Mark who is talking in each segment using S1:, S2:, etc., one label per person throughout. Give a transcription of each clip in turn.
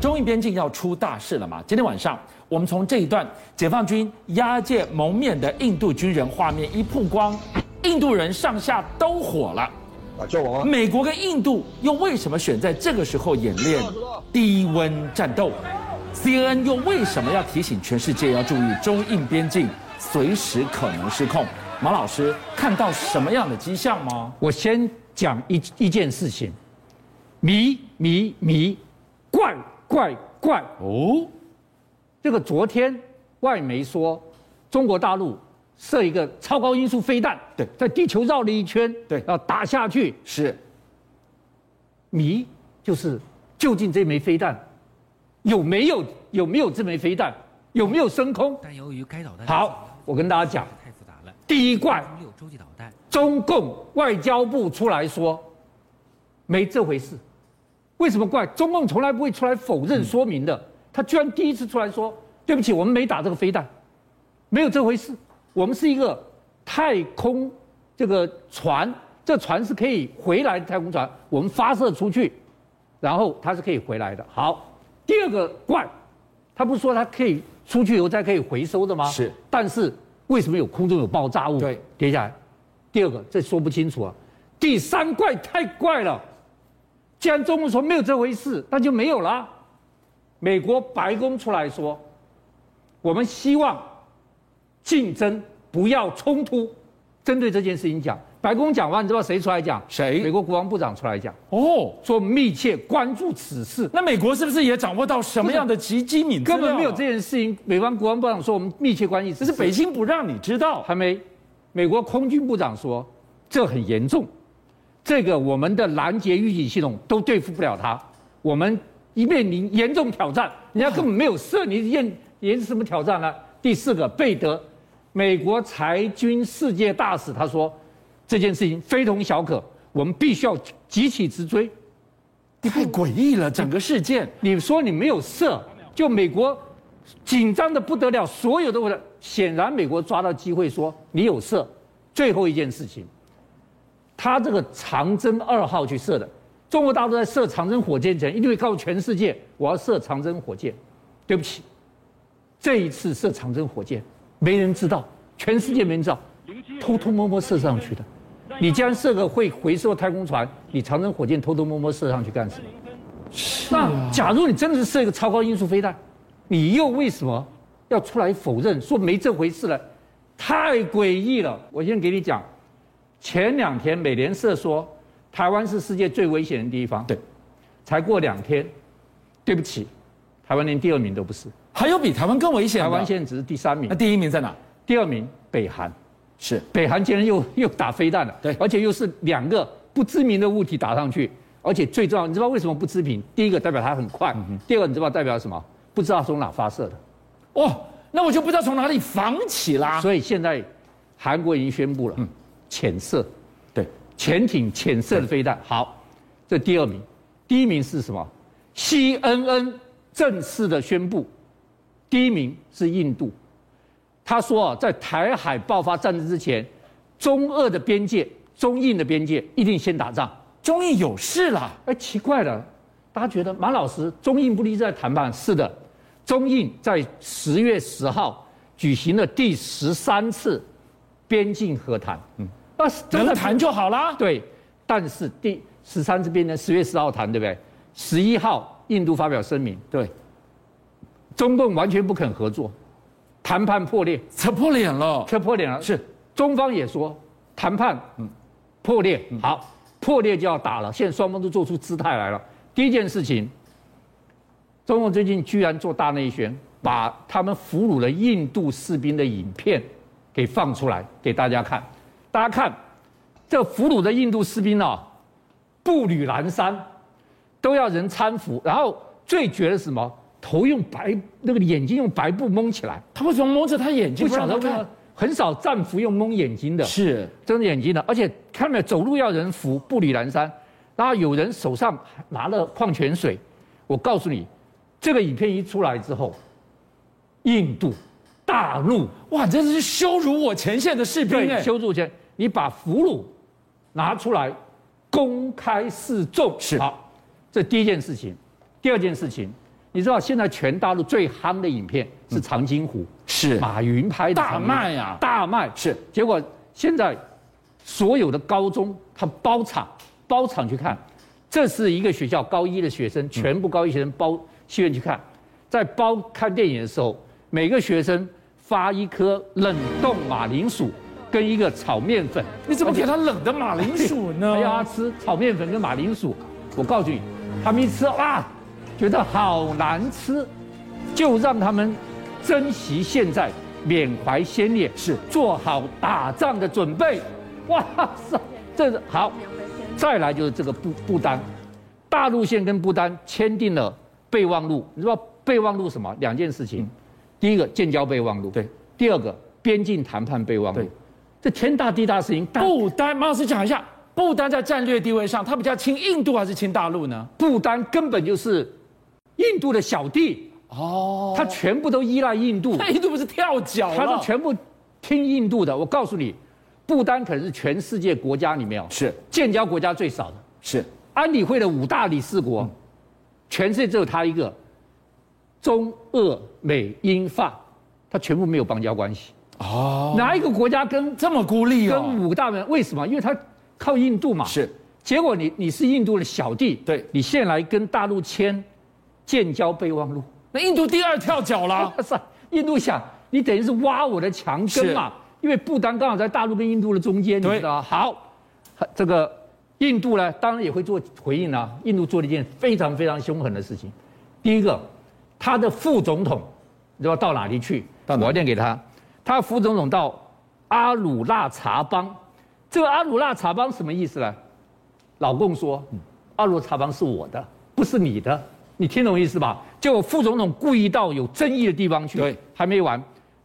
S1: 中印边境要出大事了嘛？今天晚上我们从这一段解放军押解蒙面的印度军人画面一曝 光，印度人上下都火了。
S2: 啊，救我！
S1: 美国跟印度又为什么选在这个时候演练
S3: 啊
S1: 低温战斗？CNN 又为什么要提醒全世界要注意中印边境随时可能失控？马老师看到什么样的迹象吗？
S3: 我先讲一一件事情，迷迷迷，怪怪怪！
S1: 哦，
S3: 这个昨天外媒说，中国大陆射一个超高音速飞弹，
S1: 对
S3: 在地球绕了一圈，
S1: 对
S3: 要打下去。
S1: 是
S3: 迷就是究竟这枚飞弹有没有有没有这枚飞弹有没有升空？
S4: 但由于该导弹
S3: 好，我跟大家讲，
S4: 太复杂了，
S3: 第一怪
S4: 中六洲际导弹
S3: 中共外交部出来说没这回事，为什么怪？中共从来不会出来否认说明的，他居然第一次出来说对不起，我们没打这个飞弹，没有这回事，我们是一个太空这个船，这船是可以回来的太空船，我们发射出去，然后它是可以回来的。好，第二个怪，他不是说它可以出去以后再可以回收的吗？
S1: 是
S3: 但是为什么有空中有爆炸物
S1: 对
S3: 跌下来？第二个，这说不清楚啊。第三怪太怪了，既然中国说没有这回事，那就没有啦。美国白宫出来说，我们希望竞争不要冲突。针对这件事情讲，白宫讲完，你知道谁出来讲？
S1: 谁
S3: 美国国防部长出来讲，
S1: 哦，
S3: 说密切关注此事。
S1: 那美国是不是也掌握到什么样的极机敏资料
S3: 根本没有这件事情。美方国防部长说我们密切关系，
S1: 只
S3: 这
S1: 啊是北京不让你知道。
S3: 还没。美国空军部长说这很严重，这个我们的拦截预警系统都对付不了它，我们一面临严重挑战，人家根本没有射你，严 严什么挑战呢？第四个，贝德，美国裁军世界大使他说这件事情非同小可，我们必须要急起直追。
S1: 太诡异了，整个事件。
S3: 你说你没有射，就美国紧张的不得了，所有的我的显然美国抓到机会说你有射。最后一件事情，他这个长征二号去射的，中国大陆在射长征火箭前，一定会告诉全世界我要射长征火箭。对不起，这一次射长征火箭，没人知道，全世界没人知道，偷偷摸摸射上去的。你既然射个会回收的太空船，你长征火箭偷偷摸摸射上去干什么？
S1: 啊
S3: 那假如你真的是射一个超高音速飞弹，你又为什么要出来否认说没这回事了？太诡异了！我先给你讲，前两天美联社说台湾是世界最危险的地方，
S1: 对，
S3: 才过两天，对不起，台湾连第二名都不是，
S1: 还有比台湾更危险的。啊
S3: 台湾现在只是第三名
S1: 那，第一名在哪？
S3: 第二名北韩，
S1: 是
S3: 北韩竟然又又打飞弹了，
S1: 对
S3: 而且又是两个不知名的物体打上去，而且最重要，你知道为什么不知名？第一个代表它很快，
S1: 嗯
S3: 第二个你知道代表什么？不知道从哪发射的。
S1: 哦，那我就不知道从哪里防起啦。
S3: 所以现在韩国已经宣布了，
S1: 嗯
S3: 潜射
S1: 对，
S3: 潜艇潜射的飞弹。
S1: 嗯
S3: 好，这第二名，第一名是什么？CNN 正式的宣布，第一名是印度。他说啊，在台海爆发战争之前，中俄的边界、中印的边界一定先打仗。
S1: 中印有事啦。
S3: 哎，奇怪了，大家觉得马老师中印不离在谈判？是的，中印在十月十号举行了第十三次边境和谈。嗯，那是真
S1: 能
S3: 的
S1: 谈就好啦。
S3: 对，但是第十三次边境十月十号谈，对不对？十一号印度发表声明，
S1: 对，
S3: 中共完全不肯合作，谈判破裂，
S1: 扯破脸了。
S3: 磕破脸了。
S1: 哦是，
S3: 中方也说谈判，破裂，好，破裂就要打了。现在双方都做出姿态来了。第一件事情，中共最近居然做大内宣，把他们俘虏了印度士兵的影片给放出来给大家看。大家看，这俘虏的印度士兵啊，步履蹒跚，都要人搀扶。然后最绝的是什么？头用白那个眼睛用白布蒙起来，
S1: 他为什么蒙着他眼睛
S3: 不晓得
S1: 让
S3: 为
S1: 他
S3: 什么
S1: 看？
S3: 很少战俘用蒙眼睛的，
S1: 是
S3: 睁着眼睛的，而且看到没有，走路要人扶，步履蹒跚。然后有人手上拿了矿泉水，我告诉你，这个影片一出来之后，印度大怒，
S1: 哇，你这是羞辱我前线的士兵
S3: 对
S1: 哎。
S3: 修筑前，你把俘虏拿出来公开示众，
S1: 是
S3: 好，这第一件事情。第二件事情，你知道现在全大陆最夯的影片是《长津湖》
S1: 是
S3: 马云拍的
S1: 大
S3: 长津湖
S1: 卖啊
S3: 大卖
S1: 是。
S3: 结果现在所有的高中他包场，包场去看，这是一个学校高一的学生，全部高一学生包戏院去看，在包看电影的时候，每个学生发一颗冷冻马铃薯跟一个炒面粉，
S1: 你怎么给他冷的马铃薯 呢？
S3: 还要他哎吃炒面粉跟马铃薯。我告诉你，他们一吃哇，觉得好难吃，就让他们珍惜现在，缅怀先烈，
S1: 是
S3: 做好打仗的准备。哇塞，这是好。再来就是这个不不丹，大陆线跟不丹签订了备忘录。你知道备忘录什么？两件事情，第一个建交备忘录，
S1: 对；
S3: 第二个边境谈判备忘录
S1: 对。
S3: 这天大地大事情，大
S1: 不丹，马老师讲一下，不丹在战略地位上，它比较亲印度还是亲大陆呢？
S3: 不丹根本就是印度的小弟，
S1: 哦，
S3: 他全部都依赖印度，
S1: 那印度不是跳脚了？
S3: 他都全部听印度的。我告诉你，不丹可是全世界国家里面哦，
S1: 是
S3: 建交国家最少的。
S1: 是
S3: 安理会的五大理事
S1: 嗯
S3: 国，全世界只有他一个，中俄美英法，他全部没有邦交关系。
S1: 哦，
S3: 哪一个国家跟
S1: 这么孤立哦，
S3: 跟五大人？为什么？因为他靠印度嘛。
S1: 是
S3: 结果你你是印度的小弟，
S1: 对
S3: 你现来跟大陆签建交备忘录，
S1: 那印度第二跳脚了
S3: 哇，塞！印度想你等于是挖我的墙根嘛，因为不丹刚好在大陆跟印度的中间，你
S1: 对
S3: 知道吗好，这个印度呢，当然也会做回应啊。印度做了一件非常非常凶狠的事情，第一个，他的副总统，你知道到哪里去？
S1: 到哪里
S3: 我要念给他，他副总统到阿鲁纳查邦，这个阿鲁纳查邦什么意思呢？老共说，阿鲁查邦是我的，不是你的，你听懂意思吧？就副总统故意到有争议的地方去。
S1: 对，
S3: 还没完，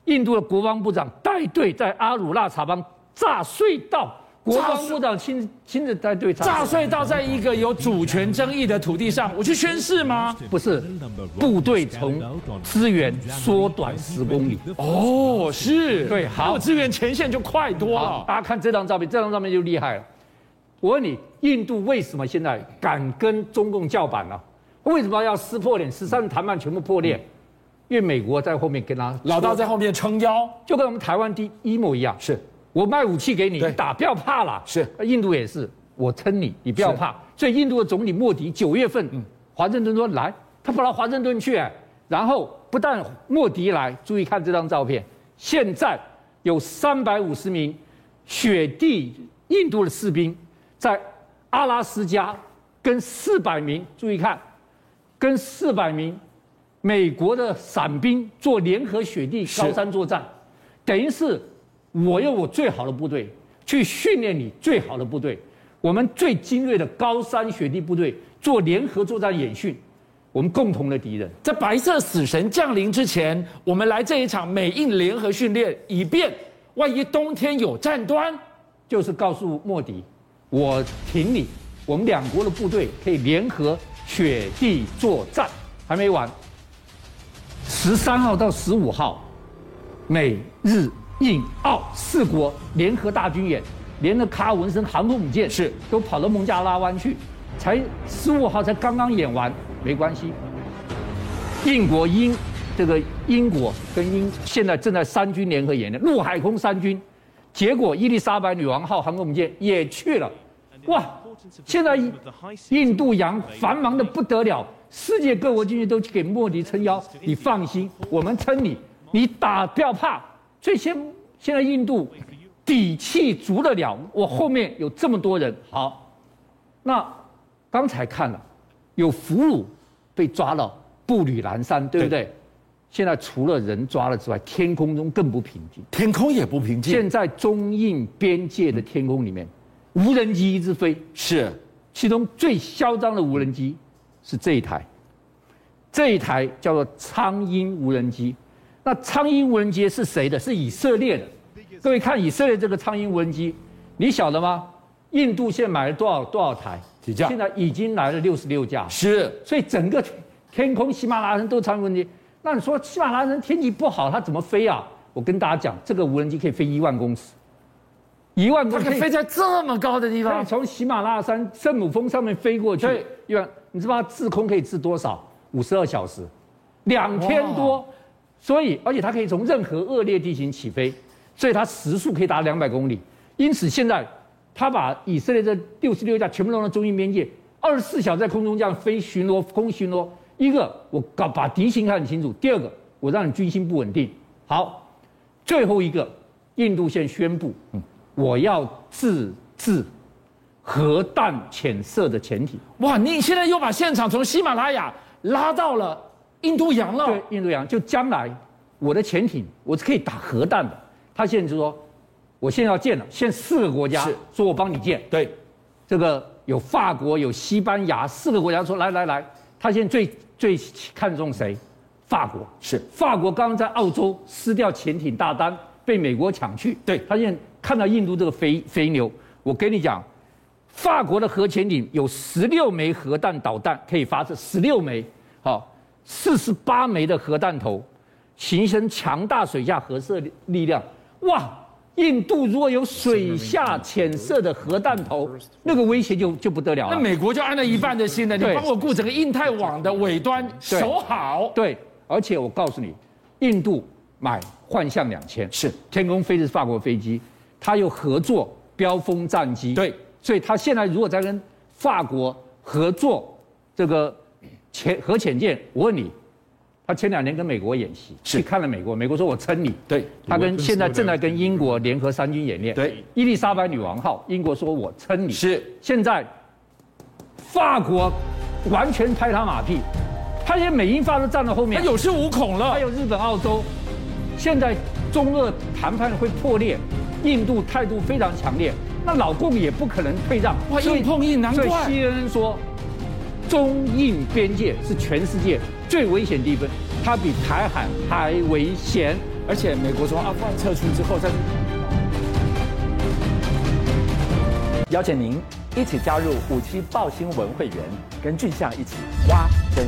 S3: 印度的国防部长带队在阿鲁纳查邦炸隧道，国
S1: 炸
S3: 防
S1: 隧
S3: 部长亲亲自带队
S1: 炸
S3: 炸隧，
S1: 隧道在一个有主权争议的土地上，我去宣誓吗？
S3: 不是部队从支援缩短十公里。
S1: 哦，是
S3: 对好
S1: 有支援前线就快多啊
S3: 好，
S1: 了。
S3: 大家看这张照片，这张照片就厉害了。我问你，印度为什么现在敢跟中共叫板呢、啊为什么要撕破脸？十三谈判全部破裂，因为美国在后面跟他
S1: 老大在后面撑腰，
S3: 就跟我们台湾第一模一样，
S1: 是
S3: 我卖武器给你，
S1: 对
S3: 你打不要怕啦。
S1: 是
S3: 印度也是，我撑你，你不要怕。所以印度的总理莫迪九月份，
S1: 嗯
S3: 华盛顿说来，他跑到华盛顿去，哎然后不但莫迪来，注意看这张照片，现在有三百五十名雪地印度的士兵在阿拉斯加跟四百名，注意看，跟四百名美国的伞兵做联合雪地高山作战，等于是我用我最好的部队去训练你最好的部队，我们最精锐的高山雪地部队做联合作战演训，我们共同的敌人。
S1: 在白色死神降临之前，我们来这一场美印联合训练，以便万一冬天有战端，
S3: 就是告诉莫迪，我挺你，我们两国的部队可以联合雪地作战。还没完，十三号到十五号，美日印澳四国联合大军演，连着卡尔文森航空母舰
S1: 是
S3: 都跑到孟加拉湾去，才十五号才刚刚演完，没关系，英国英这个英国跟英现在正在三军联合演练，陆海空三军，结果伊丽莎白女王号航空母舰也去了，哇！现在印度洋繁忙的不得了，世界各国军队都去给莫迪撑腰，你放心，我们撑你，你打不要怕。所以现现在印度底气足得了，我后面有这么多人，好，那刚才看了，有俘虏被抓了，步履蹒跚，对不对？现在除了人抓了之外，天空中更不平静。
S1: 天空也不平静。
S3: 现在中印边界的天空里面，无人机一直飞，
S1: 嗯是
S3: 其中最嚣张的无人机是这一台，这一台叫做苍鹰无人机。那苍鹰无人机是谁的？是以色列的。各位看以色列这个苍鹰无人机，你晓得吗？印度现在买了多少多少台？
S1: 几架
S3: 现在已经来了六十六架。
S1: 是，
S3: 所以整个天空喜马拉雅山都常问题。那你说喜马拉雅山天气不好，它怎么飞啊？我跟大家讲，这个无人机可以飞一万公尺，一万
S1: 它
S3: 公尺
S1: 可以飞在这么高的地
S3: 可以
S1: 方，
S3: 从喜马拉雅山圣母峰上面飞过去
S1: 对，
S3: 一万，你知道它滞空可以滞多少？五十二小时，两天多，所以而且它可以从任何恶劣地形起飞，所以它时速可以达两百公里。因此现在他把以色列这六十六架全部弄到中印边界，二十四小时在空中这样飞巡逻、空巡逻。一个我搞把敌情看得很清楚，第二个我让你军心不稳定。好，最后一个，印度现宣布，我要自制核弹潜射的潜艇。
S1: 哇，你现在又把现场从喜马拉雅拉到了印度洋了
S3: 对。，印度洋就将来我的潜艇我是可以打核弹的。他现在就说，我现在要建了，现在四个国家
S1: 是
S3: 说我帮你建，
S1: 对，
S3: 这个有法国、有西班牙四个国家说来来来，他现在最最看重谁？法国
S1: 是
S3: 法国刚刚在澳洲撕掉潜艇大单，被美国抢去。
S1: 对
S3: 他现在看到印度这个肥肥牛，我跟你讲，法国的核潜艇有十六枚核弹导弹可以发射，十六枚，好，四十八枚的核弹头，形成强大水下核射力量。哇，印度如果有水下潜射的核弹头，那个威胁就就不得了了。
S1: 那美国就按了一半的心了，你
S3: 啊对
S1: 帮我顾整个印太网的尾端，守好。
S3: 对，而且我告诉你，印度买幻象两千
S1: 是
S3: 天空飞的是法国飞机，它又合作标风战机，
S1: 对，
S3: 所以它现在如果在跟法国合作这个潜核潜舰，我问你，他前两年跟美国演习，
S1: 是
S3: 去看了美国，美国说我撑你，
S1: 对，
S3: 他跟现在正在跟英国联合三军演练，
S1: 对，
S3: 伊丽莎白女王号，英国说我撑你，
S1: 是
S3: 现在法国完全拍他马屁，他连美英法都站在后面
S1: 他，有恃无恐了
S3: 还。有日本、澳洲，现在中俄谈判会破裂，印度态度非常强烈，那老共也不可能退让。
S1: 哇
S3: 所以
S1: 硬碰硬难怪
S3: 所以 CNN 说，中印边界是全世界最危险地方，它比台海还危险。
S1: 而且美国从阿富汗撤出之后，在
S2: 邀请您一起加入五七报新闻会员，跟俊相一起挖真